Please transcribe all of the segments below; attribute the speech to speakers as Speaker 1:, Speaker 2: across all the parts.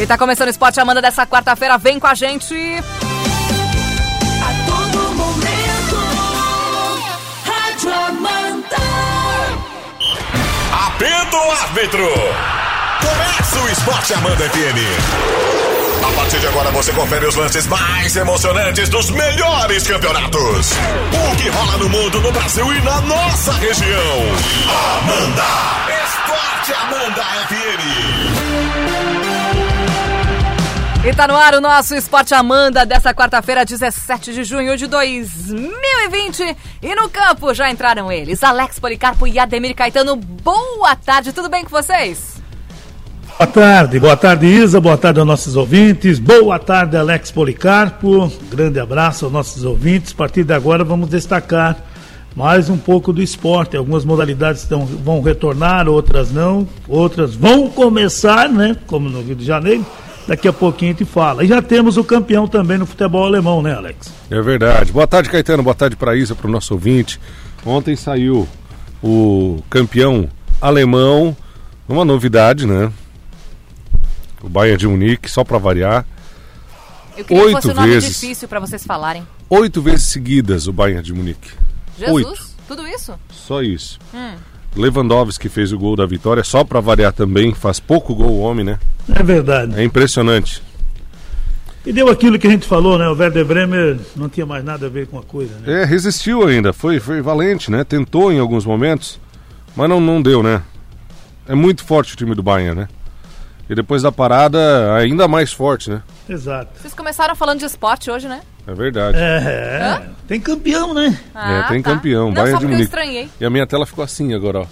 Speaker 1: E tá começando o Esporte Amanda dessa quarta-feira. Vem com a gente.
Speaker 2: A todo momento, Rádio Amanda.
Speaker 3: Apendo o árbitro! Começa o Esporte Amanda FM! A partir de agora você confere os lances mais emocionantes dos melhores campeonatos. O que rola no mundo, no Brasil e na nossa região. Amanda! Esporte Amanda FM!
Speaker 1: E tá no ar o nosso Esporte Amanda dessa quarta-feira, 17 de junho de 2020. E no campo já entraram eles, Alex Policarpo e Ademir Caetano. Boa tarde, tudo bem com vocês?
Speaker 4: Boa tarde, boa tarde Isa, boa tarde aos nossos ouvintes, boa tarde Alex Policarpo, grande abraço aos nossos ouvintes. A partir de agora vamos destacar mais um pouco do esporte. Algumas modalidades estão, vão retornar, outras não, outras vão começar, né? Como no Rio de Janeiro daqui a pouquinho a gente fala. E já temos o campeão também no futebol alemão, né, Alex?
Speaker 5: É verdade. Boa tarde, Caetano. Boa tarde para Isa, para o nosso ouvinte. Ontem saiu o campeão alemão, uma novidade, né? O Bayern de Munique, só para variar.
Speaker 1: Eu queria Oito que fosse um nome vezes, difícil para vocês falarem.
Speaker 5: Oito vezes seguidas o Bayern de Munique.
Speaker 1: Jesus, Oito. tudo isso?
Speaker 5: Só isso. Hum. Lewandowski fez o gol da vitória, só para variar também, faz pouco gol o homem, né?
Speaker 4: É verdade.
Speaker 5: É impressionante.
Speaker 4: E deu aquilo que a gente falou, né? O Werder Bremer não tinha mais nada a ver com a coisa, né?
Speaker 5: É, resistiu ainda, foi, foi valente, né? Tentou em alguns momentos, mas não, não deu, né? É muito forte o time do Bayern, né? E depois da parada, ainda mais forte, né?
Speaker 4: Exato.
Speaker 1: Vocês começaram falando de esporte hoje, né?
Speaker 5: É verdade.
Speaker 4: É, Hã? tem campeão, né?
Speaker 5: Ah, é, tem tá. campeão.
Speaker 1: Não,
Speaker 5: Bayern de Munique.
Speaker 1: estranhei.
Speaker 5: E a minha tela ficou assim agora, ó.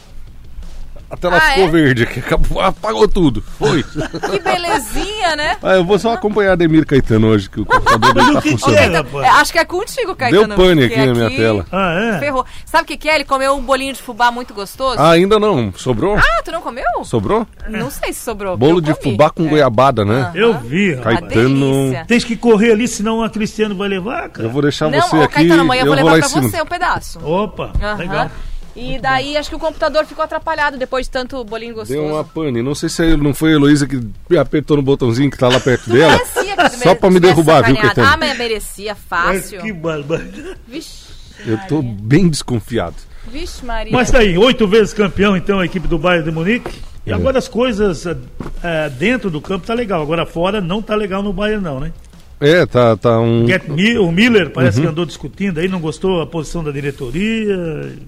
Speaker 5: A tela ah, ficou é? verde aqui, acabou, apagou tudo. Foi.
Speaker 1: que belezinha, né?
Speaker 5: Ah, eu vou só acompanhar Ademir Caetano hoje, que o computador dele tá funcionando.
Speaker 4: É, rapaz?
Speaker 1: acho que é contigo, Caetano.
Speaker 5: Deu pane aqui, aqui na minha tela.
Speaker 4: Ah, é?
Speaker 1: Ferrou. Sabe o que, que é? Ele comeu um bolinho de fubá muito gostoso.
Speaker 5: Ah, ainda não. Sobrou?
Speaker 1: Ah, tu não comeu?
Speaker 5: Sobrou?
Speaker 1: Não sei se sobrou.
Speaker 5: Bolo de fubá
Speaker 1: É.
Speaker 5: com goiabada, né?
Speaker 4: Aham. Eu vi, rapaz.
Speaker 5: Caetano.
Speaker 4: Tem que correr ali, senão a Cristiano vai levar, cara.
Speaker 5: Eu vou deixar
Speaker 1: não,
Speaker 5: você
Speaker 1: ó,
Speaker 5: aqui.
Speaker 1: Caetano, amanhã eu vou levar
Speaker 5: lá
Speaker 1: pra
Speaker 5: em cima.
Speaker 1: você um pedaço.
Speaker 4: Opa,
Speaker 1: Aham.
Speaker 4: legal.
Speaker 1: E daí acho que o computador ficou atrapalhado depois de tanto bolinho gostoso.
Speaker 5: Deu uma pane. Não sei se aí não foi a Heloísa que apertou no botãozinho que tá lá perto
Speaker 1: Tu
Speaker 5: dela.
Speaker 1: merecia que tu
Speaker 5: Só pra me
Speaker 1: tivesse
Speaker 5: derrubar, viu,
Speaker 1: sacaneado. Ah,
Speaker 5: Caetano?
Speaker 1: mas merecia,
Speaker 4: Mas
Speaker 1: fácil.
Speaker 4: É, que barbaridade.
Speaker 1: Vixe,
Speaker 5: Eu tô bem desconfiado.
Speaker 1: vixe, Maria.
Speaker 4: Mas tá aí, oito vezes campeão, então, a equipe do Bayern de Munique. E
Speaker 5: É.
Speaker 4: agora as coisas ah, ah, dentro do campo tá legal, agora fora não tá legal no Bayern não, né?
Speaker 5: É, tá, tá um.
Speaker 4: Get Mi- o Miller parece
Speaker 5: Uhum.
Speaker 4: que andou discutindo aí, não gostou a posição da diretoria.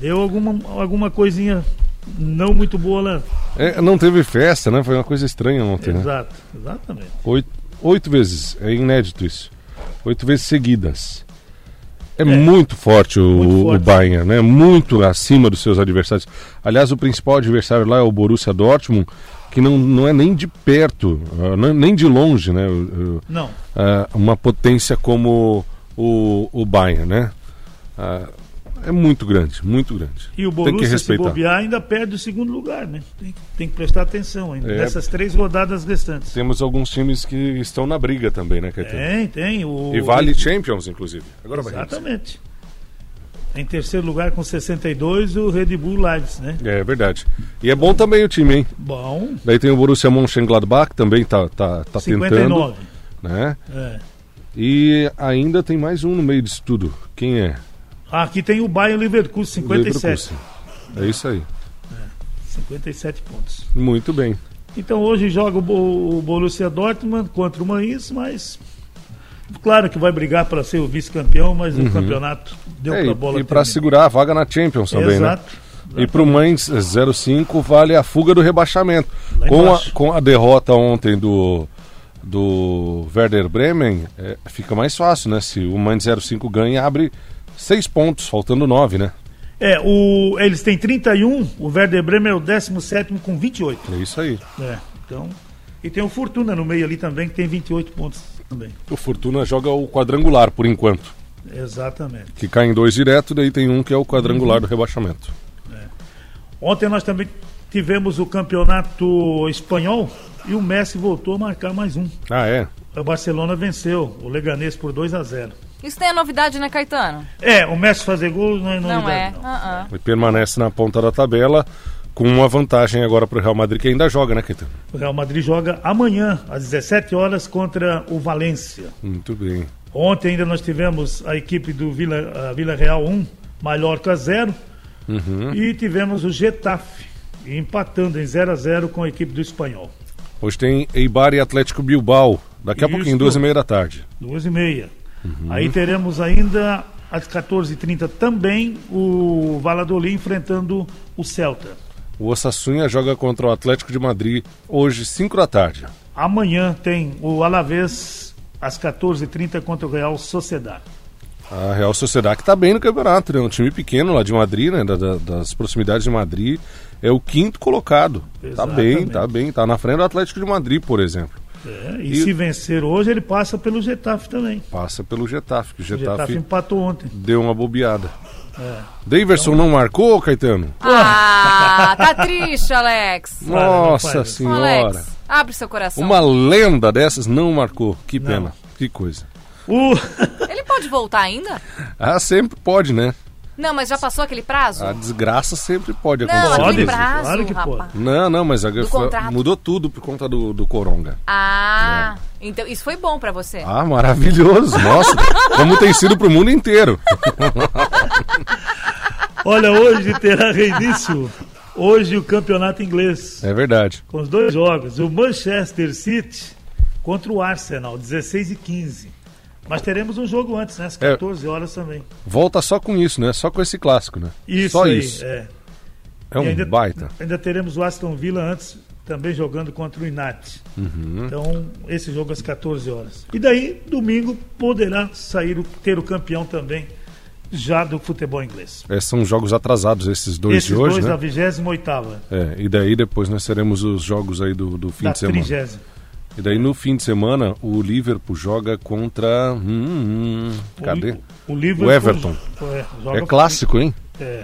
Speaker 4: Deu alguma, alguma coisinha não muito boa lá.
Speaker 5: É, não teve festa, né? Foi uma coisa estranha ontem, né?
Speaker 4: Exato, exatamente.
Speaker 5: Oito, oito vezes, é inédito isso. Oito vezes seguidas. É, muito forte o,
Speaker 4: Muito
Speaker 5: o
Speaker 4: forte.
Speaker 5: Bayern, né? Muito acima dos seus adversários. Aliás, o principal adversário lá é o Borussia Dortmund, que não, não é nem de perto, ah, não- nem de longe, né? O- o-
Speaker 4: Não,
Speaker 5: ah, uma potência como o, o Bayern, né? Ah, é muito grande, muito grande.
Speaker 4: e o
Speaker 5: Tem que
Speaker 4: Borussia se
Speaker 5: respeitar.
Speaker 4: bobear ainda perde o segundo lugar, né? Tem, que- tem que prestar atenção ainda,
Speaker 5: É.
Speaker 4: nessas três rodadas restantes.
Speaker 5: Temos alguns times que estão na briga também, né, Caetano?
Speaker 4: Tem, tem. É, O,
Speaker 5: E vale Champions, inclusive. Agora vai.
Speaker 4: Exatamente. Tá Em terceiro lugar com 62 o Red Bull Lives, né?
Speaker 5: É verdade. E é bom também o time, hein?
Speaker 4: Bom,
Speaker 5: Daí tem o Borussia Mönchengladbach, também tá, tá, tá
Speaker 4: 59.
Speaker 5: tentando. Né?
Speaker 4: É.
Speaker 5: E ainda tem mais um no meio disso tudo. Quem é?
Speaker 4: Ah, Aqui tem o Bayern Leverkusen,
Speaker 5: O
Speaker 4: 57.
Speaker 5: Leverkusen. É isso aí.
Speaker 4: 57 pontos.
Speaker 5: Muito bem.
Speaker 4: Então hoje joga o Bo- o Borussia Dortmund contra o Mainz, mas claro que vai brigar para ser o vice-campeão, mas o campeonato deu
Speaker 5: Uhum. É,
Speaker 4: para
Speaker 5: e
Speaker 4: a bola
Speaker 5: e para
Speaker 4: terminar.
Speaker 5: segurar a vaga na Champions também, né?
Speaker 4: Exato.
Speaker 5: E para o Mães 05 vale a fuga do rebaixamento.
Speaker 4: Lá
Speaker 5: Com a,
Speaker 4: embaixo.
Speaker 5: com a derrota ontem do, do Werder Bremen, é, fica mais fácil, né? Se o Mães 05 ganha, abre seis pontos, faltando nove, né?
Speaker 4: É, o, eles têm 31, o Werder Bremen é o 17 com 28.
Speaker 5: É isso aí.
Speaker 4: É, então. E tem o Fortuna no meio ali também, que tem 28 pontos também.
Speaker 5: O Fortuna joga o quadrangular por enquanto,
Speaker 4: Exatamente.
Speaker 5: que cai em dois direto, daí tem um que é o quadrangular do rebaixamento.
Speaker 4: Ontem nós também tivemos o campeonato espanhol e o Messi voltou a marcar mais um.
Speaker 5: Ah, é?
Speaker 4: O Barcelona venceu o Leganês por 2 a 0
Speaker 1: Isso tem a novidade, né, Caetano?
Speaker 4: É, o Messi fazer gols não é
Speaker 1: Não
Speaker 4: novidade.
Speaker 1: é.
Speaker 4: não.
Speaker 1: Ah, ah.
Speaker 5: E permanece na ponta da tabela com uma vantagem agora para o Real Madrid, que ainda joga, né, Caetano?
Speaker 4: O Real Madrid joga amanhã, às 17 horas, contra o Valência.
Speaker 5: Muito bem.
Speaker 4: Ontem ainda nós tivemos a equipe do Vila, a Vila Real 1, Mallorca 0.
Speaker 5: Uhum.
Speaker 4: E tivemos o Getafe empatando em 0 a 0 com a equipe do Espanhol.
Speaker 5: Hoje tem Eibar e Atlético Bilbao, daqui a
Speaker 4: Isso.
Speaker 5: pouquinho, duas e meia da tarde.
Speaker 4: Duas e meia.
Speaker 5: Uhum.
Speaker 4: Aí teremos ainda às 14h30 também o Valladolid enfrentando o Celta.
Speaker 5: O Osasunha joga contra o Atlético de Madrid hoje, 5 da tarde.
Speaker 4: Amanhã tem o Alavés às 14h30 contra o Real Sociedade.
Speaker 5: A Real Sociedade que tá bem no campeonato, né? Um time pequeno lá de Madrid, né? Da- da- das proximidades de Madrid. É o quinto colocado. Tá bem,
Speaker 4: Exatamente.
Speaker 5: tá bem. Tá na frente do Atlético de Madrid, por exemplo.
Speaker 4: É, e,
Speaker 5: E-
Speaker 4: se vencer hoje, ele passa pelo Getafe também.
Speaker 5: Passa pelo Getafe, que o
Speaker 4: O Getafe, É.
Speaker 5: Getafe,
Speaker 4: empatou ontem.
Speaker 5: deu uma bobeada. Daverson
Speaker 4: Então-
Speaker 5: não marcou, Caetano?
Speaker 1: Ah, tá triste, Alex.
Speaker 5: Nossa
Speaker 4: faz isso.
Speaker 5: senhora.
Speaker 1: Alex, abre seu coração.
Speaker 5: Uma lenda dessas não marcou. Que pena. Que coisa.
Speaker 4: O...
Speaker 1: Ele pode voltar ainda?
Speaker 5: Ah, sempre pode, né?
Speaker 1: Não, mas já passou aquele prazo?
Speaker 5: A desgraça sempre pode
Speaker 1: não,
Speaker 5: acontecer.
Speaker 1: aquele
Speaker 4: Pode,
Speaker 1: prazo,
Speaker 4: claro que
Speaker 1: rapaz.
Speaker 4: pode.
Speaker 5: Não, não, mas a foi-
Speaker 1: contrato.
Speaker 5: mudou tudo por conta do, do Coronga.
Speaker 1: Ah, então isso foi bom pra você.
Speaker 5: Né? Ah, maravilhoso. Nossa, como tem sido pro mundo inteiro.
Speaker 4: Olha, hoje terá reinício hoje o campeonato inglês.
Speaker 5: É verdade.
Speaker 4: Com os dois jogos, o Manchester City contra o Arsenal, 16 e 15. Mas teremos um jogo antes, né? Às
Speaker 5: É.
Speaker 4: 14 horas também.
Speaker 5: Volta só com isso, né? Só com esse clássico, né?
Speaker 4: Isso
Speaker 5: só
Speaker 4: aí.
Speaker 5: isso. É,
Speaker 4: É.
Speaker 5: um
Speaker 4: E ainda,
Speaker 5: baita.
Speaker 4: Ainda teremos o Aston Villa antes, também jogando contra o Inat.
Speaker 5: Uhum.
Speaker 4: Então, esse jogo às 14 horas. E daí, domingo, poderá sair o, ter o campeão também, já do futebol inglês.
Speaker 5: É, são jogos atrasados esses dois
Speaker 4: Esses
Speaker 5: de hoje,
Speaker 4: dois da
Speaker 5: né?
Speaker 4: 28
Speaker 5: É, e daí depois nós teremos os jogos aí do, do fim
Speaker 4: da
Speaker 5: de semana.
Speaker 4: 30
Speaker 5: E daí no fim de semana o Liverpool joga contra. Hum, hum, cadê?
Speaker 4: O, o Liverpool
Speaker 5: O Everton.
Speaker 4: jo- é, joga,
Speaker 5: É clássico, hein?
Speaker 4: é,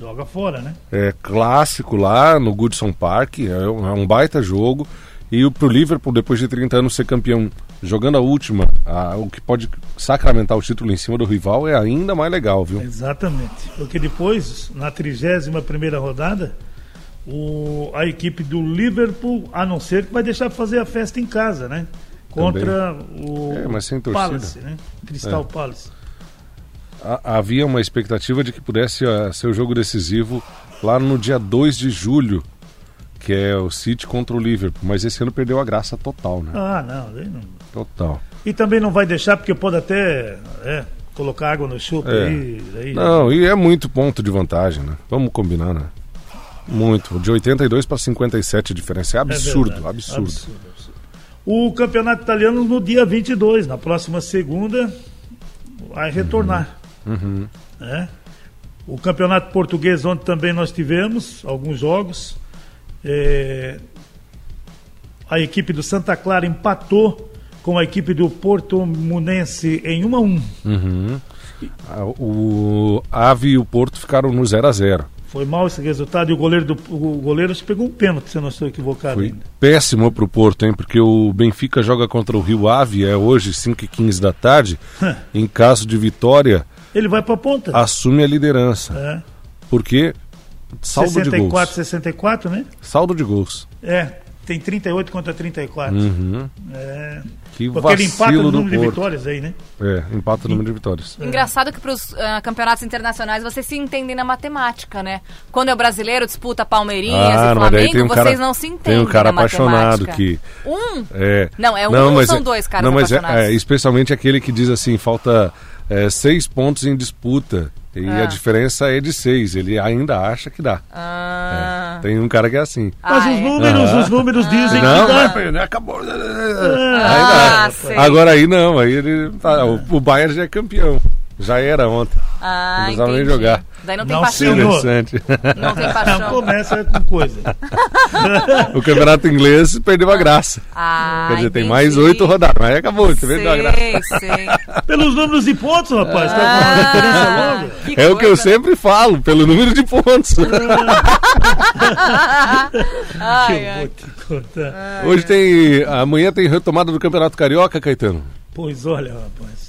Speaker 4: joga fora, né?
Speaker 5: É clássico lá no Goodson Park, é um, é um baita jogo. E o- pro Liverpool, depois de 30 anos ser campeão, jogando a última, a- o que pode sacramentar o título em cima do rival é ainda mais legal, viu?
Speaker 4: Exatamente. Porque depois, na 31ª rodada, o, a equipe do Liverpool, a não ser que vai deixar pra fazer a festa em casa, né? Contra o
Speaker 5: É, mas sem torcida. É.
Speaker 4: Palace, né? Crystal Palace.
Speaker 5: A- havia uma expectativa de que pudesse ah, ser o jogo decisivo lá no dia 2 de julho, que é o City contra o Liverpool. Mas esse ano perdeu a graça total, né?
Speaker 4: Ah, não, daí não.
Speaker 5: Total.
Speaker 4: E também não vai deixar, porque pode até é, colocar água no chope
Speaker 5: É.
Speaker 4: aí. aí-
Speaker 5: Não, e é muito ponto de vantagem, né? Vamos combinar, né? Muito. De 82 para 57 a diferença. É
Speaker 4: É
Speaker 5: absurdo,
Speaker 4: verdade.
Speaker 5: absurdo.
Speaker 4: absurdo. O campeonato italiano no dia 22, na próxima segunda, vai retornar.
Speaker 5: Uhum.
Speaker 4: né? O campeonato português, onde também nós tivemos alguns jogos. é, A equipe do Santa Clara empatou com a equipe do Porto Munense em 1 a 1
Speaker 5: Ah, O Ave e o Porto ficaram no 0 a 0
Speaker 4: Foi mal esse resultado e o goleiro, do, o goleiro acho que pegou um pênalti, se eu não estou equivocado
Speaker 5: Foi
Speaker 4: ainda.
Speaker 5: péssimo pro Porto, hein? Porque o Benfica joga contra o Rio Ave, é hoje 5h15 da tarde. em caso de vitória,
Speaker 4: Ele vai para a ponta.
Speaker 5: assume a liderança.
Speaker 4: né?
Speaker 5: Porque saldo de
Speaker 4: 64,
Speaker 5: gols.
Speaker 4: 64, né?
Speaker 5: Saldo de gols.
Speaker 4: É, tem 38 contra 34. É,
Speaker 5: Que
Speaker 4: com aquele empate
Speaker 5: Uhum. vacilo
Speaker 4: no
Speaker 5: do
Speaker 4: número de
Speaker 5: Porto.
Speaker 4: vitórias aí, né?
Speaker 5: É, empata o número de vitórias.
Speaker 1: Engraçado que pros ah, campeonatos internacionais vocês se entendem na matemática, né? Quando é o brasileiro disputa Palmeirinhas
Speaker 5: Ah,
Speaker 1: e
Speaker 5: mas daí
Speaker 1: Flamengo,
Speaker 5: tem um
Speaker 1: vocês
Speaker 5: cara-
Speaker 1: não se
Speaker 5: tem um
Speaker 1: entendem
Speaker 5: cara
Speaker 1: na
Speaker 5: apaixonado
Speaker 1: matemática.
Speaker 5: que-
Speaker 1: Um?
Speaker 5: É.
Speaker 1: Não, é um ou são dois caras
Speaker 5: Não, mas é,
Speaker 1: apaixonados?
Speaker 5: é, especialmente aquele que diz assim, falta é, seis pontos em disputa e
Speaker 1: Ah.
Speaker 5: a diferença é de seis. Ele ainda acha que dá.
Speaker 1: Ah,
Speaker 5: Tem um cara que é assim.
Speaker 4: Mas
Speaker 1: Ah,
Speaker 4: os
Speaker 1: é?
Speaker 4: números, os números dizem
Speaker 5: Não,
Speaker 4: que dá.
Speaker 5: mas, né, acabou.
Speaker 1: Ah,
Speaker 5: Aí dá.
Speaker 1: sei.
Speaker 5: Agora aí não, aí ele tá, o, o Bayern já é campeão. Já era ontem.
Speaker 1: ah,
Speaker 5: não precisava nem
Speaker 1: entendi.
Speaker 5: jogar.
Speaker 1: Daí não tem
Speaker 4: Não,
Speaker 1: paixão.
Speaker 4: senhor.
Speaker 5: Interessante.
Speaker 1: Não tem
Speaker 4: Não
Speaker 1: paixão.
Speaker 4: começa com coisa.
Speaker 5: o campeonato inglês perdeu a graça.
Speaker 1: Ah,
Speaker 5: Quer dizer, tem
Speaker 1: entendi.
Speaker 5: mais oito rodadas, mas acabou, perdeu a graça.
Speaker 1: Sei, sei.
Speaker 4: Pelos números de pontos, rapaz. tá com uma diferença
Speaker 1: Ah,
Speaker 4: longa.
Speaker 1: que
Speaker 5: É o que eu
Speaker 1: coisa.
Speaker 5: sempre falo, pelo número de pontos.
Speaker 4: que
Speaker 1: Ai,
Speaker 4: eu
Speaker 1: ai.
Speaker 4: vou te contar.
Speaker 5: Hoje tem. Amanhã tem retomada do Campeonato Carioca, Caetano.
Speaker 4: Pois olha, rapaz.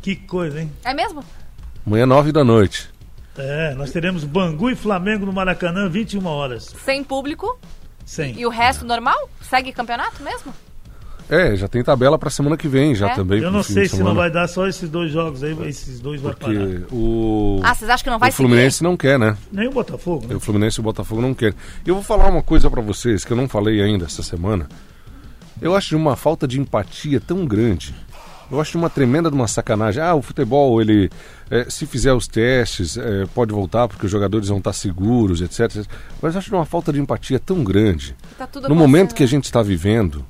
Speaker 4: Que coisa, hein?
Speaker 1: É mesmo?
Speaker 5: Amanhã, nove da noite.
Speaker 4: É, nós teremos Bangu e Flamengo no Maracanã, 21 horas.
Speaker 1: Sem público.
Speaker 4: Sem.
Speaker 1: E o resto normal? Segue campeonato mesmo?
Speaker 5: É, já tem tabela pra semana que vem
Speaker 1: É?
Speaker 5: já também.
Speaker 4: Eu
Speaker 5: pro
Speaker 4: não
Speaker 5: fim
Speaker 4: sei
Speaker 5: de
Speaker 4: se
Speaker 5: semana, É.
Speaker 4: não vai dar só esses dois jogos aí, esses dois vai parar.
Speaker 5: Porque o.
Speaker 1: Ah, vocês acham que não vai
Speaker 5: o Fluminense não quer, né?
Speaker 4: Nem o Botafogo, né?
Speaker 5: O Fluminense e o Botafogo não querem. E eu vou falar uma coisa pra vocês que eu não falei ainda essa semana. Eu acho de uma falta de empatia tão grande. Eu acho de uma tremenda de uma sacanagem. Ah, o futebol, ele eh, se fizer os testes, eh, pode voltar porque os jogadores vão estar seguros, etc, etc. Mas eu acho de uma falta de empatia tão grande.
Speaker 1: Tá tudo
Speaker 5: no
Speaker 1: acontecendo.
Speaker 5: momento que a gente está vivendo,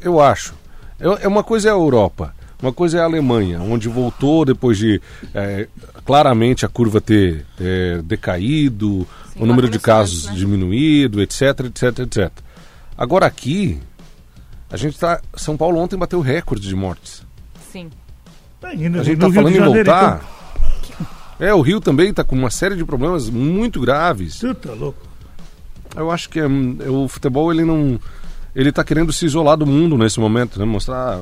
Speaker 5: eu acho. É é uma coisa é a Europa, uma coisa é a Alemanha, onde voltou depois de eh, claramente a curva ter eh, decaído, o número de
Speaker 1: lá começou antes,
Speaker 5: casos
Speaker 1: né?
Speaker 5: diminuído, etc, etc, etc. Agora aqui, a gente está. São Paulo ontem bateu recorde de mortes.
Speaker 1: Sim.
Speaker 4: Tá indo,
Speaker 5: A gente
Speaker 4: no
Speaker 5: está
Speaker 4: Rio
Speaker 5: falando
Speaker 4: de
Speaker 5: em
Speaker 4: Janeiro, então?
Speaker 5: voltar. É, o Rio também está com uma série de problemas muito graves.
Speaker 4: Então, tu tá louco.
Speaker 5: Eu acho que hum, o futebol ele não ele tá querendo se isolar do mundo nesse momento, né? Mostrar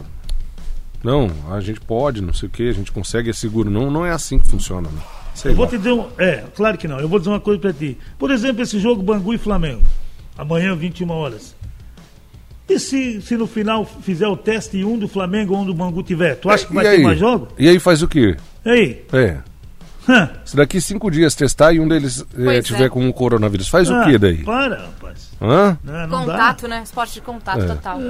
Speaker 5: não, a gente pode, não sei o que, a gente consegue, é seguro. Não, não é assim que funciona, né? Sei
Speaker 4: Eu vou
Speaker 5: lá.
Speaker 4: te dizer um. É, claro que não. Eu vou dizer uma coisa pra ti. Por exemplo, esse jogo Bangu e Flamengo. Amanhã, 21 horas. E se, se no final fizer o teste e um do Flamengo ou um do Bangu tiver? Tu acha que vai
Speaker 5: É, E
Speaker 4: ter
Speaker 5: aí?
Speaker 4: mais jogo?
Speaker 5: E aí faz o quê?
Speaker 4: Ei!
Speaker 5: É.
Speaker 4: hã,
Speaker 5: Se daqui cinco dias testar e um deles eh,
Speaker 1: Pois é.
Speaker 5: tiver com o coronavírus, faz
Speaker 4: ah,
Speaker 5: o quê é daí?
Speaker 4: Para, rapaz.
Speaker 5: Hã?
Speaker 4: Não, não dá.
Speaker 1: contato, né? Esporte de contato total.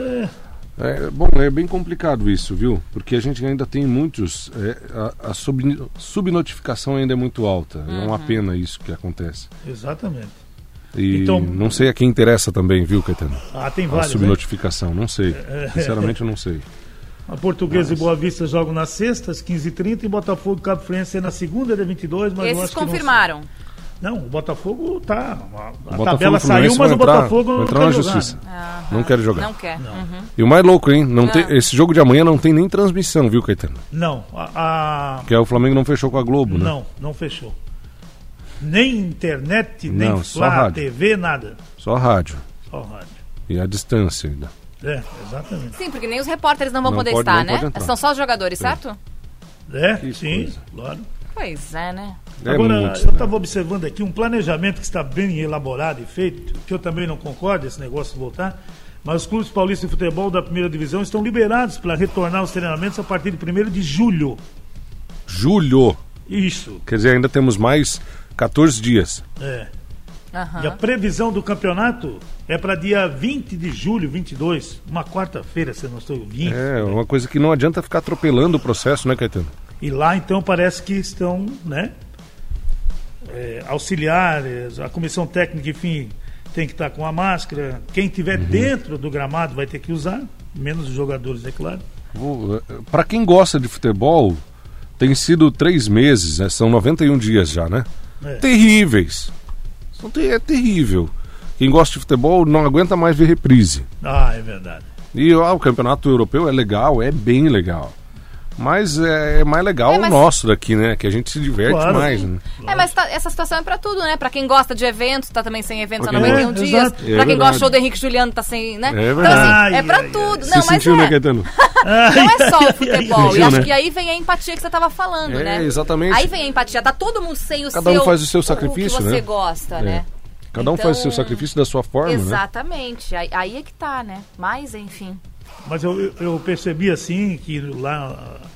Speaker 5: É, bom, é bem complicado isso, viu? Porque a gente ainda tem muitos. é, a a sub- subnotificação ainda é muito alta. É
Speaker 1: Uhum.
Speaker 5: uma pena isso que acontece.
Speaker 4: Exatamente.
Speaker 5: E
Speaker 4: Então-
Speaker 5: não sei a quem interessa também, viu, Caetano?
Speaker 4: Ah, tem
Speaker 5: A
Speaker 4: vários. É. né?
Speaker 5: subnotificação, não sei. Sinceramente, eu não sei.
Speaker 4: A Portuguesa e Boa Vista jogam nas sextas, 15h30, e Botafogo e Cabo Friense é na segunda, dia 22, mas eu
Speaker 1: Esses
Speaker 4: acho que não-
Speaker 1: confirmaram.
Speaker 4: Não, o Botafogo tá. A, a
Speaker 5: O
Speaker 4: tabela
Speaker 5: e Fluminense
Speaker 4: saiu, mas
Speaker 5: vão
Speaker 4: o Botafogo
Speaker 5: vão
Speaker 4: não
Speaker 5: entrar
Speaker 4: quer
Speaker 5: na
Speaker 4: jogar. né?
Speaker 5: justiça. Não quero jogar.
Speaker 1: Não quer. Uhum.
Speaker 5: E o mais louco, hein? Não tem-
Speaker 1: Não.
Speaker 5: esse jogo de amanhã não tem nem transmissão, viu, Caetano?
Speaker 4: Não, a, a-
Speaker 5: Porque o Flamengo não fechou com a Globo, né?
Speaker 4: não, não fechou. Nem internet, nem
Speaker 5: Não, só
Speaker 4: Flá,
Speaker 5: rádio.
Speaker 4: TV, nada.
Speaker 5: Só a rádio.
Speaker 4: Só rádio.
Speaker 5: E a distância ainda.
Speaker 4: É, exatamente.
Speaker 1: Sim, porque nem os repórteres não vão
Speaker 5: Não
Speaker 1: poder
Speaker 5: pode-
Speaker 1: estar,
Speaker 5: não
Speaker 1: né?
Speaker 5: pode entrar.
Speaker 1: São só os jogadores, certo?
Speaker 4: É,
Speaker 5: Que
Speaker 4: sim,
Speaker 5: coisa.
Speaker 4: claro.
Speaker 1: Pois é, né?
Speaker 5: É
Speaker 4: Agora,
Speaker 5: muito,
Speaker 4: eu
Speaker 5: né?
Speaker 4: estava observando aqui um planejamento que está bem elaborado e feito, que eu também não concordo esse negócio de voltar, mas os clubes paulistas de futebol da primeira divisão estão liberados para retornar aos treinamentos a partir de 1 de julho.
Speaker 5: Julho.
Speaker 4: Isso,
Speaker 5: Quer dizer, ainda temos mais 14 dias.
Speaker 4: é.
Speaker 1: Aham.
Speaker 4: E a previsão do campeonato é para dia 20 de julho, 22, uma quarta-feira, se eu não estou 20.
Speaker 5: É uma coisa que não adianta ficar atropelando o processo, né, Caetano?
Speaker 4: E lá então parece que estão, né? é, auxiliares, a comissão técnica, enfim, tem que estar com a máscara. Quem tiver dentro do gramado vai ter que usar, menos os jogadores, é claro.
Speaker 5: Para eh, quem gosta de futebol, tem sido três meses, né? são 91 dias já, né?
Speaker 4: É.
Speaker 5: Terríveis. São ter- é terrível. Quem gosta de futebol não aguenta mais ver reprise.
Speaker 4: Ah, é verdade.
Speaker 5: E ó, o campeonato europeu é legal, é bem legal. Mas é, é mais legal
Speaker 1: É, mas-
Speaker 5: o nosso daqui, né? Que a gente se diverte
Speaker 4: Claro.
Speaker 5: mais, né?
Speaker 1: É, mas tá- essa situação é pra tudo, né? Pra quem gosta de eventos, tá também sem eventos há
Speaker 5: Pra quem-
Speaker 1: 91
Speaker 4: É,
Speaker 1: dias.
Speaker 4: exato.
Speaker 1: Pra
Speaker 5: É
Speaker 1: quem
Speaker 5: verdade.
Speaker 1: gosta do show do Henrique Juliano, tá sem, né?
Speaker 5: É
Speaker 1: Então, assim,
Speaker 4: verdade.
Speaker 1: é pra
Speaker 4: Ai,
Speaker 1: tudo.
Speaker 5: Se
Speaker 1: Não, mas
Speaker 5: sentiu, né,
Speaker 1: é.
Speaker 5: Caetano?
Speaker 1: Não é só o futebol.
Speaker 5: Sentiu,
Speaker 1: e acho
Speaker 5: né?
Speaker 1: que aí vem a empatia que você tava falando,
Speaker 5: É,
Speaker 1: né?
Speaker 5: exatamente.
Speaker 1: Aí vem a empatia. Tá todo mundo sem o
Speaker 5: Cada um
Speaker 1: seu...
Speaker 5: faz o seu
Speaker 1: O
Speaker 5: sacrifício,
Speaker 1: que você
Speaker 5: né?
Speaker 1: gosta,
Speaker 5: É.
Speaker 1: né?
Speaker 5: Cada um
Speaker 1: Então-
Speaker 5: faz o seu sacrifício da sua forma, né?
Speaker 1: Exatamente. Aí, aí é que tá, né? Mas, enfim.
Speaker 4: Mas eu, eu- eu percebi assim que lá ah,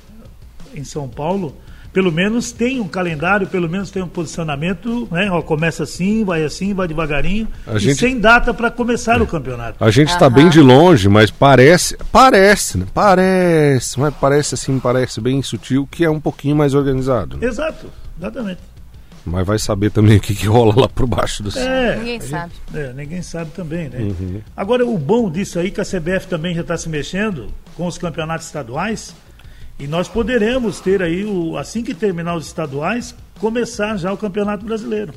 Speaker 4: em São Paulo, pelo menos tem um calendário, pelo menos tem um posicionamento, né? Ó, começa assim, vai assim, vai devagarinho,
Speaker 5: A
Speaker 4: e
Speaker 5: gente- É.
Speaker 4: sem data para começar o campeonato.
Speaker 5: A gente está bem de longe, mas parece, parece, né? Parece, mas parece assim, parece bem sutil que é um pouquinho mais organizado. né?
Speaker 4: Exato, exatamente.
Speaker 5: Mas vai saber também o que, que rola lá por baixo do
Speaker 4: É,
Speaker 1: Ninguém
Speaker 4: a
Speaker 1: sabe.
Speaker 4: é, ninguém sabe também, né?
Speaker 5: Uhum.
Speaker 4: Agora, o bom disso aí é que a CBF também já está se mexendo com os campeonatos estaduais e nós poderemos ter aí, o, assim que terminar os estaduais, começar já o Campeonato Brasileiro.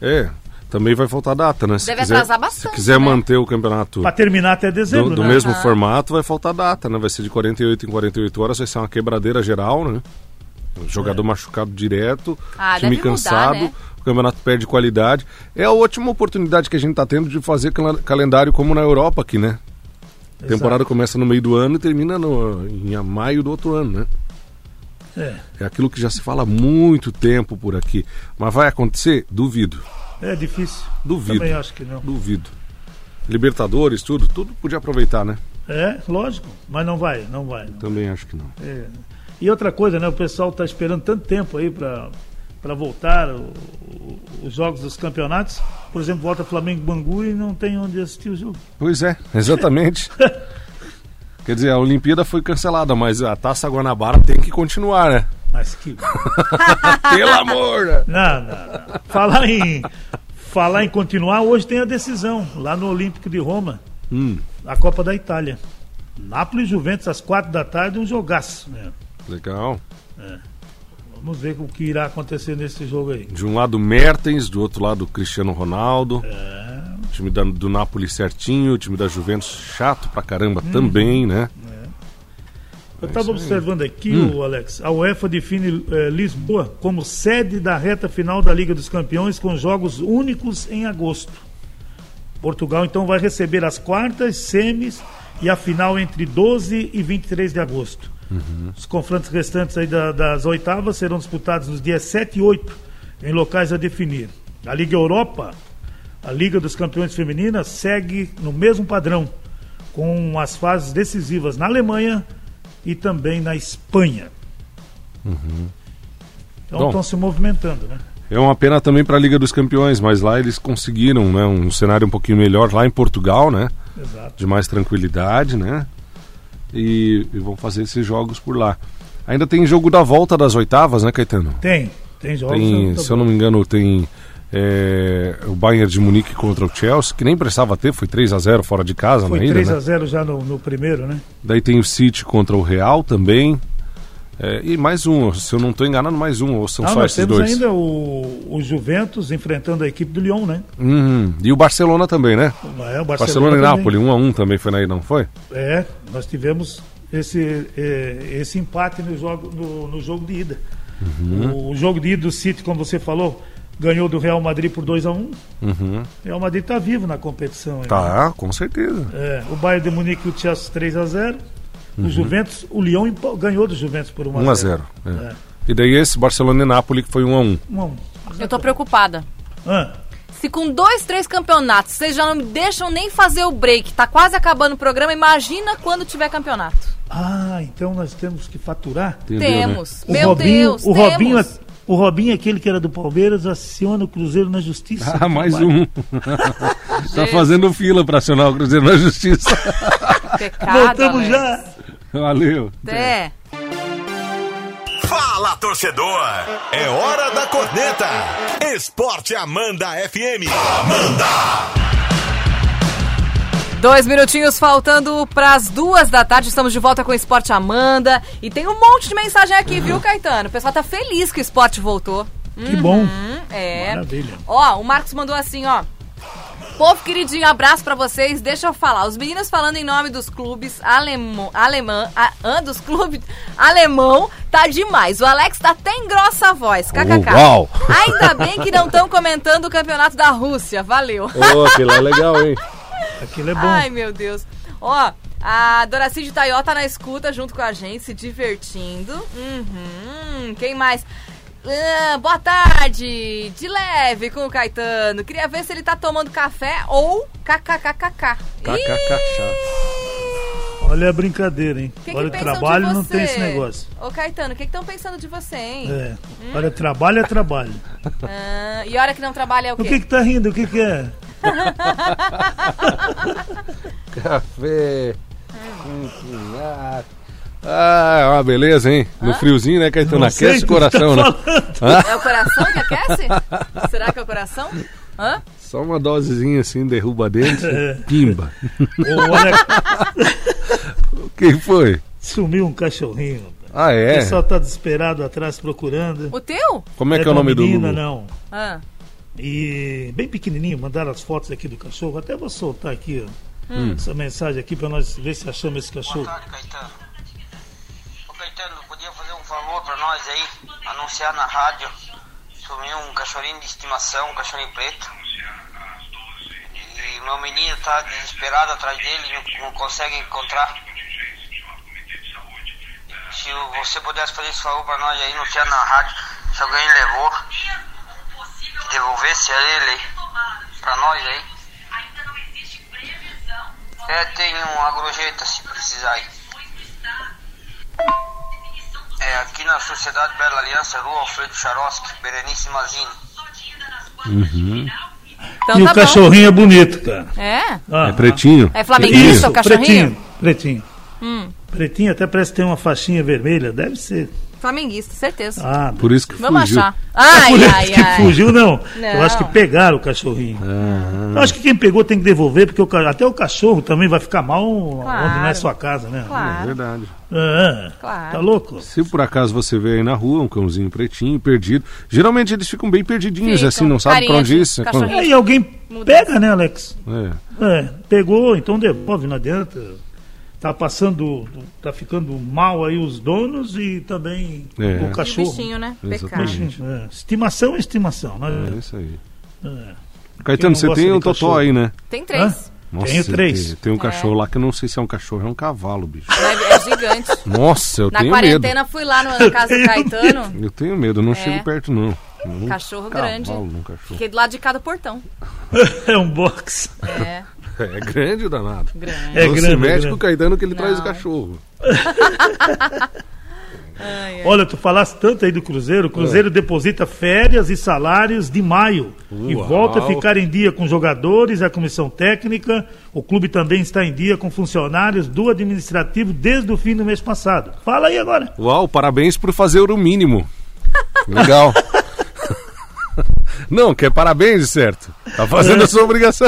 Speaker 5: É, também vai faltar data, né? Se
Speaker 1: Deve
Speaker 5: quiser,
Speaker 1: atrasar bastante,
Speaker 5: Se quiser
Speaker 1: né?
Speaker 5: manter o campeonato
Speaker 4: Para terminar até dezembro,
Speaker 5: do, do
Speaker 4: Tá né?
Speaker 5: mesmo formato, vai faltar data, né? Vai ser de 48 em 48 horas, vai ser uma quebradeira geral, né? O jogador machucado direto,
Speaker 1: Ah,
Speaker 5: time
Speaker 1: deve mudar,
Speaker 5: cansado,
Speaker 1: né?
Speaker 5: o campeonato perde qualidade. É a última oportunidade que a gente está tendo de fazer cala- calendário como na Europa aqui, né? A temporada começa no meio do ano e termina no, em maio do outro ano, né?
Speaker 4: É.
Speaker 5: É aquilo que já se fala há muito tempo por aqui. Mas vai acontecer? Duvido.
Speaker 4: É difícil.
Speaker 5: Duvido.
Speaker 4: Também acho que não.
Speaker 5: Duvido. Libertadores, tudo, tudo podia aproveitar, né?
Speaker 4: É, lógico, mas não vai, não vai. não.
Speaker 5: Também acho que não.
Speaker 4: É. E outra coisa, né? O pessoal está esperando tanto tempo aí para para voltar o- o- os jogos dos campeonatos. Por exemplo, volta Flamengo e Bangu e não tem onde assistir o jogo.
Speaker 5: Pois é, exatamente. Quer dizer, a Olimpíada foi cancelada, mas a Taça Guanabara tem que continuar, né?
Speaker 4: Mas que
Speaker 5: Pelo amor! né?
Speaker 4: Não, não, não. Falar em, falar em continuar, hoje tem a decisão lá no Olímpico de Roma, a Copa da Itália. Nápoles e Juventus às quatro da tarde, um jogaço. né?
Speaker 5: Legal.
Speaker 4: Vamos ver o que irá acontecer nesse jogo aí.
Speaker 5: De um lado Mertens, do outro lado Cristiano Ronaldo.
Speaker 4: É.
Speaker 5: O time da- do Napoli certinho, o time da Juventus chato pra caramba
Speaker 4: Hum.
Speaker 5: também, né?
Speaker 4: Eu estava observando aqui, o Alex, a UEFA define eh, Lisboa como sede da reta final da Liga dos Campeões com jogos únicos em agosto. Portugal então vai receber as quartas, semis e a final entre 12 e 23 de agosto.
Speaker 5: Uhum.
Speaker 4: Os confrontos restantes aí da- das oitavas serão disputados nos dias 7 e 8 em locais a definir. A Liga Europa, a Liga dos Campeões Feminina, segue no mesmo padrão, com as fases decisivas na Alemanha e também na Espanha. Então
Speaker 5: Uhum. Bom.
Speaker 4: estão se movimentando, né?
Speaker 5: É uma pena também pra Liga dos Campeões, mas lá eles conseguiram, né? Um cenário um pouquinho melhor lá em Portugal, né?
Speaker 4: Exato.
Speaker 5: de mais tranquilidade, né? E, e vão fazer esses jogos por lá. Ainda tem jogo da volta das oitavas, né, Caetano?
Speaker 4: Tem, tem jogos.
Speaker 5: Tem,
Speaker 4: tá
Speaker 5: se eu não me engano, tem é, o Bayern de Munique contra o Chelsea, que nem precisava ter, foi 3 a 0 fora de casa
Speaker 4: Foi
Speaker 5: na ida,
Speaker 4: 3
Speaker 5: né?
Speaker 4: a 0 já no, no primeiro, né?
Speaker 5: Daí tem o City contra o Real também. É, e mais um, se eu não estou enganado, mais um, ou são
Speaker 4: Ah,
Speaker 5: só
Speaker 4: nós
Speaker 5: esses
Speaker 4: temos
Speaker 5: dois?
Speaker 4: ainda o, o Juventus enfrentando a equipe do Lyon, né?
Speaker 5: Uhum. E o Barcelona também, né?
Speaker 4: É, o
Speaker 5: Barcelona, e
Speaker 4: também.
Speaker 5: Nápoles, 1 a 1 também foi na ida, não foi?
Speaker 4: É, nós tivemos esse, é, esse empate no jogo, no, no jogo de ida.
Speaker 5: Uhum.
Speaker 4: O, o jogo de ida do City, como você falou, ganhou do Real Madrid por 2 a 1 um. Real Madrid está vivo na competição. hein?
Speaker 5: Uhum. Tá, com certeza.
Speaker 4: É, o Bayern de Munique e o Chelsea 3 a 0 O Juventus, o Lyon empa- ganhou do Juventus por 1
Speaker 5: 1
Speaker 4: a
Speaker 5: Uhum. a
Speaker 4: 0
Speaker 5: 0 é. E daí esse Barcelona e Nápoles que foi 1 a 1
Speaker 4: 1 a 1
Speaker 1: Eu tô preocupada.
Speaker 4: Ah,
Speaker 1: Se com dois, três campeonatos vocês já não me deixam nem fazer o break, tá quase acabando o programa, imagina quando tiver campeonato.
Speaker 4: ah, então nós temos que faturar?
Speaker 5: Entendeu, né?
Speaker 1: temos.
Speaker 4: O
Speaker 1: Meu
Speaker 4: Robinho,
Speaker 1: Deus,
Speaker 4: o
Speaker 1: temos.
Speaker 4: Robinho, é- o Robinho, aquele que era do Palmeiras, aciona o Cruzeiro na justiça.
Speaker 5: Ah, mais um. tá fazendo fila pra acionar o Cruzeiro na Justiça.
Speaker 1: Pecado,
Speaker 4: Voltamos
Speaker 1: Alex.
Speaker 4: já.
Speaker 5: Valeu.
Speaker 1: É.
Speaker 3: Fala, torcedor! É hora da corneta! Esporte Amanda FM. Amanda!
Speaker 1: Dois minutinhos faltando pras duas da tarde. Estamos de volta com o Esporte Amanda. E tem um monte de mensagem aqui, viu, Caetano? O pessoal tá feliz que o esporte voltou.
Speaker 4: Que bom.
Speaker 1: Hum, é.
Speaker 4: Maravilha.
Speaker 1: Ó, o Marcos mandou assim, ó. Povo queridinho, abraço pra vocês. Deixa eu falar. Os meninos falando em nome dos clubes alemão, alemã, a, ah, dos clubes alemão, tá demais. O Alex tá até em grossa voz. KKK.
Speaker 5: Uau.
Speaker 1: Ainda bem que não estão comentando o campeonato da Rússia. Valeu.
Speaker 5: Ô, aquilo é legal, hein?
Speaker 4: Aquilo é bom.
Speaker 1: Ai, meu Deus. Ó, a Doracide Taió tá na escuta junto com a gente, se divertindo. Uhum. Quem mais? Ah, boa tarde, de leve com o Caetano. Queria ver se ele tá tomando café ou kkkk.
Speaker 5: KKK.
Speaker 4: Olha a brincadeira, hein?
Speaker 1: O que, que
Speaker 4: Olha o
Speaker 1: pensam
Speaker 4: trabalho
Speaker 1: de
Speaker 4: não
Speaker 1: você? Hum?
Speaker 4: tem esse negócio.
Speaker 1: Ô Caetano, o que estão pensando de você, hein?
Speaker 4: É. Olha, trabalho é trabalho.
Speaker 1: Ah, e hora que não trabalha é o
Speaker 4: O
Speaker 1: quê?
Speaker 4: que que tá rindo? O que que é?
Speaker 5: Café. Ah, é uma beleza, hein? No friozinho, né, Caetano?
Speaker 4: Não sei
Speaker 5: Aquece
Speaker 4: o que
Speaker 5: o coração,
Speaker 4: tá
Speaker 5: né?
Speaker 4: falando.
Speaker 1: É o coração que aquece? Será que é o coração? Hã?
Speaker 5: Só uma dosezinha assim, derruba dentro.
Speaker 4: É.
Speaker 5: Pimba.
Speaker 4: Ô, Alex,
Speaker 5: Quem foi?
Speaker 4: sumiu um cachorrinho.
Speaker 5: Ah,
Speaker 4: O
Speaker 5: é?
Speaker 4: pessoal tá desesperado atrás procurando.
Speaker 1: O teu?
Speaker 5: Como é que é o
Speaker 4: de uma
Speaker 5: nome do
Speaker 4: menina,
Speaker 5: Lulu?
Speaker 4: não.
Speaker 1: Ah,
Speaker 4: E bem pequenininho, mandaram as fotos aqui do cachorro. Até vou soltar aqui, ó.
Speaker 1: Hum.
Speaker 4: Essa mensagem aqui pra nós ver se achamos esse
Speaker 6: Boa
Speaker 4: cachorro.
Speaker 6: tarde, Caetano. Ô, Caetano, podia fazer um favor pra nós aí, anunciar na rádio sobre um cachorrinho de estimação, um cachorrinho preto. E meu menino tá desesperado atrás dele, não, não consegue encontrar. se você pudesse fazer esse favor pra nós aí, não tinha na rádio, se alguém levou, que devolvesse a ele aí, pra nós aí. É, tem um agrojeta se precisar aí. É, aqui na Sociedade Bela Aliança, Rua Alfredo Charoski, Berenice Mazini.
Speaker 1: Então
Speaker 4: e
Speaker 1: tá
Speaker 4: o cachorrinho é bonito, cara.
Speaker 1: bom. É?
Speaker 4: Ah,
Speaker 5: É pretinho.
Speaker 1: É flamenguista
Speaker 4: isso,
Speaker 1: o cachorrinho? Hum.
Speaker 4: Pretinho, pretinho. Pretinho até parece que tem uma faixinha vermelha, deve ser.
Speaker 1: Flamenguista, certeza.
Speaker 4: Ah,
Speaker 5: Por isso que
Speaker 1: Vamos
Speaker 5: fugiu.
Speaker 1: achar.
Speaker 4: É
Speaker 1: Ai,
Speaker 4: por
Speaker 1: ai,
Speaker 4: isso que
Speaker 1: ai.
Speaker 4: fugiu, não.
Speaker 1: Não. Ah,
Speaker 4: Eu acho que pegaram o cachorrinho. Eu acho que quem pegou tem que devolver, porque o ca- até o cachorro também vai ficar mal
Speaker 1: Claro.
Speaker 4: onde não é sua casa, né?
Speaker 5: É
Speaker 1: Claro,
Speaker 5: verdade.
Speaker 4: É, é.
Speaker 1: Claro.
Speaker 4: Tá louco?
Speaker 5: Se por acaso você vê aí na rua um cãozinho pretinho, perdido, geralmente eles ficam bem perdidinhos,
Speaker 1: Ficam.
Speaker 5: assim, não sabem pra
Speaker 1: Carinha
Speaker 5: onde
Speaker 1: de
Speaker 5: ir. se-
Speaker 1: cachorrinho.
Speaker 4: Aí alguém pega, né, Alex?
Speaker 5: É.
Speaker 4: É, pegou, então devolve, não adianta. Tá passando, tá ficando mal aí os donos e também
Speaker 5: É. E
Speaker 4: o
Speaker 1: E
Speaker 5: o
Speaker 1: o
Speaker 4: cachorro.
Speaker 1: bichinho, né?
Speaker 5: Exatamente.
Speaker 1: Pecado.
Speaker 4: É, Estimação é estimação,
Speaker 5: É
Speaker 4: né?
Speaker 5: isso aí.
Speaker 4: É. Quem
Speaker 5: Caetano,
Speaker 4: não
Speaker 5: você
Speaker 4: gosta
Speaker 5: tem
Speaker 4: de
Speaker 5: um totó
Speaker 4: cachorro?
Speaker 5: aí, né?
Speaker 1: Tem três.
Speaker 4: Tenho três.
Speaker 5: Tem, tem um cachorro lá que eu não sei se é um cachorro, é um cavalo, bicho.
Speaker 1: É, é gigante.
Speaker 5: Nossa, eu
Speaker 1: Na
Speaker 5: tenho
Speaker 1: quarentena fui lá no- na casa do
Speaker 4: tenho
Speaker 1: Caetano.
Speaker 5: medo. Eu tenho medo, eu não
Speaker 1: É.
Speaker 5: chego perto, não. Um
Speaker 1: Cachorro
Speaker 5: cavalo
Speaker 1: grande.
Speaker 5: num cachorro.
Speaker 1: Fiquei do lado de cada portão.
Speaker 4: É um box.
Speaker 1: É,
Speaker 5: É grande o danado.
Speaker 1: grande.
Speaker 4: É
Speaker 5: não
Speaker 4: grande.
Speaker 5: se
Speaker 4: é
Speaker 5: mexe
Speaker 4: grande.
Speaker 5: com o Caetano que ele traz o
Speaker 1: Não.
Speaker 5: cachorro.
Speaker 4: Olha, tu falaste tanto aí do Cruzeiro. O
Speaker 5: É.
Speaker 4: Cruzeiro deposita férias e salários de maio. E
Speaker 5: Uau.
Speaker 4: volta a ficar em dia com jogadores, a comissão técnica. O clube também está em dia com funcionários do administrativo desde o fim do mês passado. Fala aí agora.
Speaker 5: Uau, parabéns por fazer o mínimo. Legal. Não, que é parabéns, certo? Tá fazendo a sua obrigação.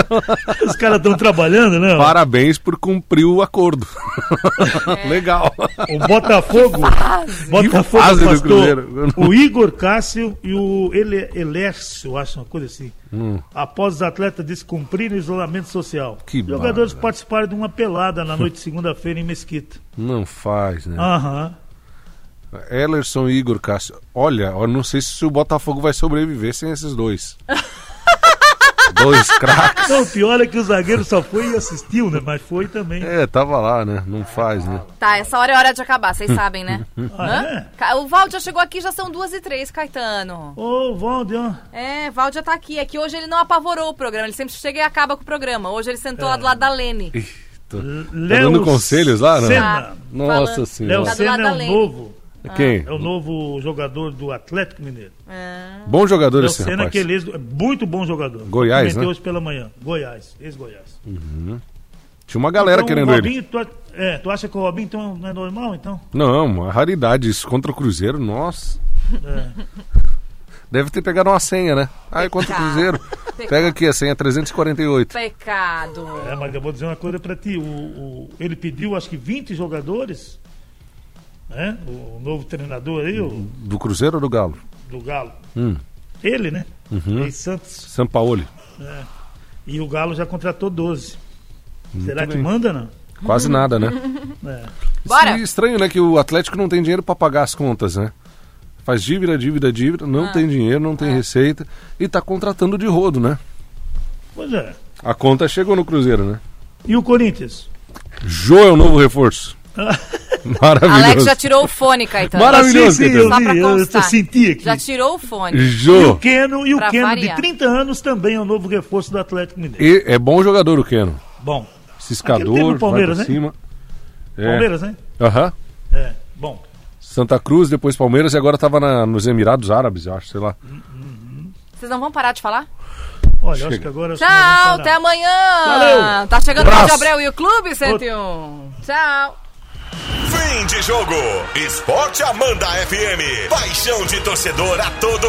Speaker 4: Os caras estão trabalhando, né?
Speaker 5: Parabéns por cumprir o acordo.
Speaker 1: É.
Speaker 5: Legal.
Speaker 4: O Botafogo.
Speaker 5: Que
Speaker 4: Botafogo
Speaker 5: fase do
Speaker 4: afastou
Speaker 5: Cruzeiro.
Speaker 4: o Igor Cássio e o Ele, Elércio, acho uma coisa assim.
Speaker 5: Hum.
Speaker 4: Após os atletas descumprirem o isolamento social.
Speaker 5: Que
Speaker 4: Os Jogadores
Speaker 5: bárbaro.
Speaker 4: participaram de uma pelada na noite de segunda-feira em Mesquita.
Speaker 5: Não faz, né?
Speaker 4: Aham.
Speaker 5: Ellerson e Igor Cássio. Olha, eu não sei se o Botafogo vai sobreviver sem esses dois. dois craques.
Speaker 4: Não, o pior é que o zagueiro só foi e assistiu, né? Mas foi também.
Speaker 5: É, tava lá, né? Não faz, né?
Speaker 1: Tá, essa hora é hora de acabar, vocês sabem, né?
Speaker 4: Ah,
Speaker 1: Hã?
Speaker 4: é?
Speaker 1: Ca- O Val já chegou aqui, já são duas e três, Caetano.
Speaker 4: Ô, Valde, ó.
Speaker 1: É, Val já tá aqui. É que hoje ele não apavorou o programa, ele sempre chega e acaba com o programa. Hoje ele sentou lá do lado da Lene.
Speaker 5: Tô-
Speaker 4: Léo
Speaker 5: dando conselhos lá, né?
Speaker 4: Senna.
Speaker 5: Nossa
Speaker 1: Falando.
Speaker 4: Léo
Speaker 5: senhora.
Speaker 1: Tá do lado
Speaker 4: Senna é
Speaker 1: da
Speaker 4: o
Speaker 1: Lene.
Speaker 4: novo.
Speaker 5: Quem?
Speaker 4: É o novo jogador do Atlético Mineiro.
Speaker 5: Bom jogador
Speaker 4: Léo
Speaker 5: esse
Speaker 4: Senna,
Speaker 5: rapaz.
Speaker 4: que ele é muito bom jogador.
Speaker 5: Goiás,
Speaker 4: Comentei
Speaker 5: né?
Speaker 4: hoje pela manhã. Goiás, ex-Goiás.
Speaker 5: Tinha uma galera
Speaker 4: Então,
Speaker 5: querendo
Speaker 4: o
Speaker 5: ele.
Speaker 4: Robinho, Tu, a- é, tu acha que o Robinho então, não é normal, então?
Speaker 5: Não, uma raridade isso contra o Cruzeiro, nossa.
Speaker 4: É.
Speaker 5: Deve ter pegado uma senha, né? Aí contra o
Speaker 1: Pecado.
Speaker 5: Cruzeiro. Pega aqui a senha 348.
Speaker 1: Pecado.
Speaker 4: É, mas eu vou dizer uma coisa pra ti. O, o- ele pediu, acho que 20 jogadores, né? O, novo treinador aí, o,
Speaker 5: Do Cruzeiro ou do Galo?
Speaker 4: do Galo.
Speaker 5: Hum.
Speaker 4: Ele, né?
Speaker 5: Uhum.
Speaker 4: Ex Santos.
Speaker 5: São Paulo.
Speaker 4: E o Galo já contratou 12. Será que
Speaker 5: bem.
Speaker 4: manda, não?
Speaker 5: Quase nada, né?
Speaker 4: É.
Speaker 1: Bora.
Speaker 5: E estranho, né? Que o Atlético não tem dinheiro pra pagar as contas, né? Faz dívida, dívida, dívida, não
Speaker 1: Ah.
Speaker 5: tem dinheiro, não tem receita e tá contratando de rodo, né?
Speaker 4: Pois é.
Speaker 5: A conta chegou no Cruzeiro, né?
Speaker 4: E o Corinthians?
Speaker 5: Jô é o novo reforço. Maravilhoso.
Speaker 1: Alex já tirou o fone, Caetano.
Speaker 5: Mara- Maravilhoso,
Speaker 4: Sim, sim, eu,
Speaker 1: Só
Speaker 4: vi,
Speaker 1: pra
Speaker 4: eu, eu
Speaker 1: constar.
Speaker 4: senti aqui.
Speaker 1: Já tirou o fone.
Speaker 4: E o
Speaker 5: Jô.
Speaker 4: Keno, e o
Speaker 1: Pra
Speaker 4: Keno
Speaker 1: variar.
Speaker 4: de 30 anos também é o novo reforço do Atlético Mineiro.
Speaker 5: E é bom jogador o Keno.
Speaker 4: Bom, Aquele teve
Speaker 5: Ciscador,
Speaker 4: no Palmeiras,
Speaker 5: vai pra
Speaker 4: né?
Speaker 5: cima. É.
Speaker 4: Palmeiras, né?
Speaker 5: Aham.
Speaker 4: É, bom.
Speaker 5: Santa Cruz, depois Palmeiras e agora tava na- nos Emirados Árabes, eu acho, sei lá.
Speaker 1: Vocês não vão parar de falar?
Speaker 4: Olha, eu acho
Speaker 5: Chega.
Speaker 4: que agora...
Speaker 1: Tchau, até amanhã.
Speaker 4: Valeu.
Speaker 1: Tá chegando o Rádio
Speaker 5: Abraço.
Speaker 1: Abreu e o Clube 101. Tchau.
Speaker 3: Fim de jogo. Esporte Amanda FM. Paixão de torcedor a todo